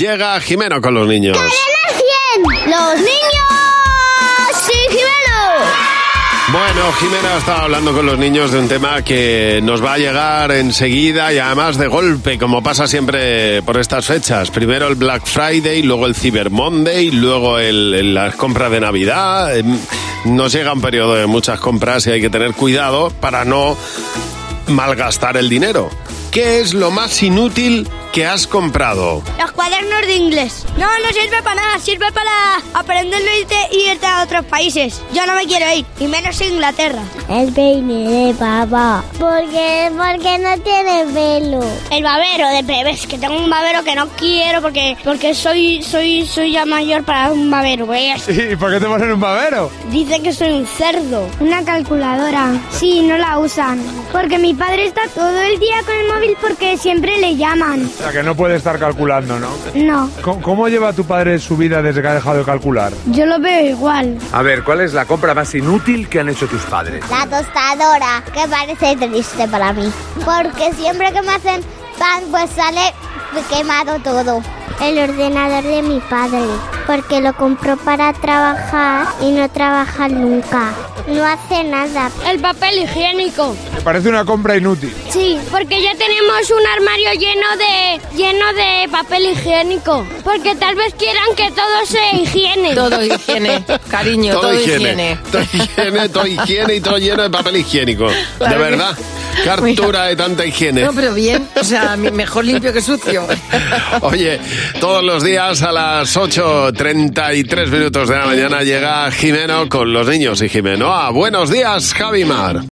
Llega Jimeno con los niños. ¡Los niños! ¡Sí, Bueno, Jimena estaba hablando con los niños de un tema que nos va a llegar enseguida y además de golpe, como pasa siempre por estas fechas. Primero el Black Friday, luego el Cyber Monday, luego el- el- las compras de Navidad. Em, Nos llega un periodo de muchas compras y hay que tener cuidado para no malgastar el dinero. ¿Qué es lo más inútil que has comprado? Los cuadernos de inglés. No, no sirve para nada, sirve para aprenderlo y te- y irte a otros países. Yo no me quiero ir, y menos a Inglaterra. El peine de papá. Porque, porque no tiene pelo. El babero de bebés, que tengo un babero que no quiero porque, porque soy, soy, soy ya mayor para un babero. ¿ves? ¿Y por qué te ponen un babero? Dice que soy un cerdo. Una calculadora. Sí, no la usan. Porque mi padre está todo el día con el móvil porque siempre le llaman. O sea, que no puede estar calculando, ¿no? No, ¿Cómo, cómo lleva tu padre su vida desde que ha dejado de calcular? yo lo veo igual. A ver, ¿cuál es la compra más inútil que han hecho tus padres? La tostadora, que parece triste para mí. Porque siempre que me hacen pan, pues sale quemado todo. El ordenador de mi padre, porque lo compró para trabajar y no trabaja nunca. No hace nada. El papel higiénico. Me parece una compra inútil. Sí, porque ya tenemos un armario lleno de lleno de papel higiénico, porque tal vez quieran que todo se higiene. Todo higiene, cariño, todo, higiene. Todo higiene, todo higiene y todo lleno de papel higiénico. Claro de que- verdad. Qué hartura de tanta higiene. No, pero bien, o sea, mi- mejor limpio que sucio. Oye, todos los días a las 8.33 minutos de la mañana llega Jimeno con los niños y Jimeno. Ah, buenos días, Javimar.